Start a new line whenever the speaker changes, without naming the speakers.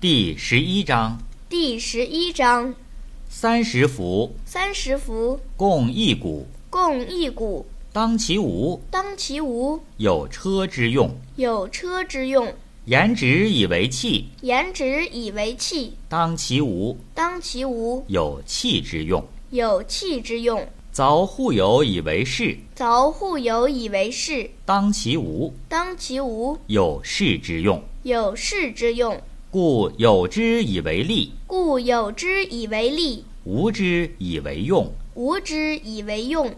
第十一章
第十一章：
三十辐，
三十辐，
共一毂，
共一毂，
当其无，
当其无，
有车之用；
有车之用；
言直以为器，
言直以为器，
当其无，
当其无，
有器之用；
有器之用；
凿户有以为室，
凿户有以为室，
当其无，
当其无，
有室之用。
有室之用。
故有之以为利，
故有之以为利，
无之以为用。
无之以为用。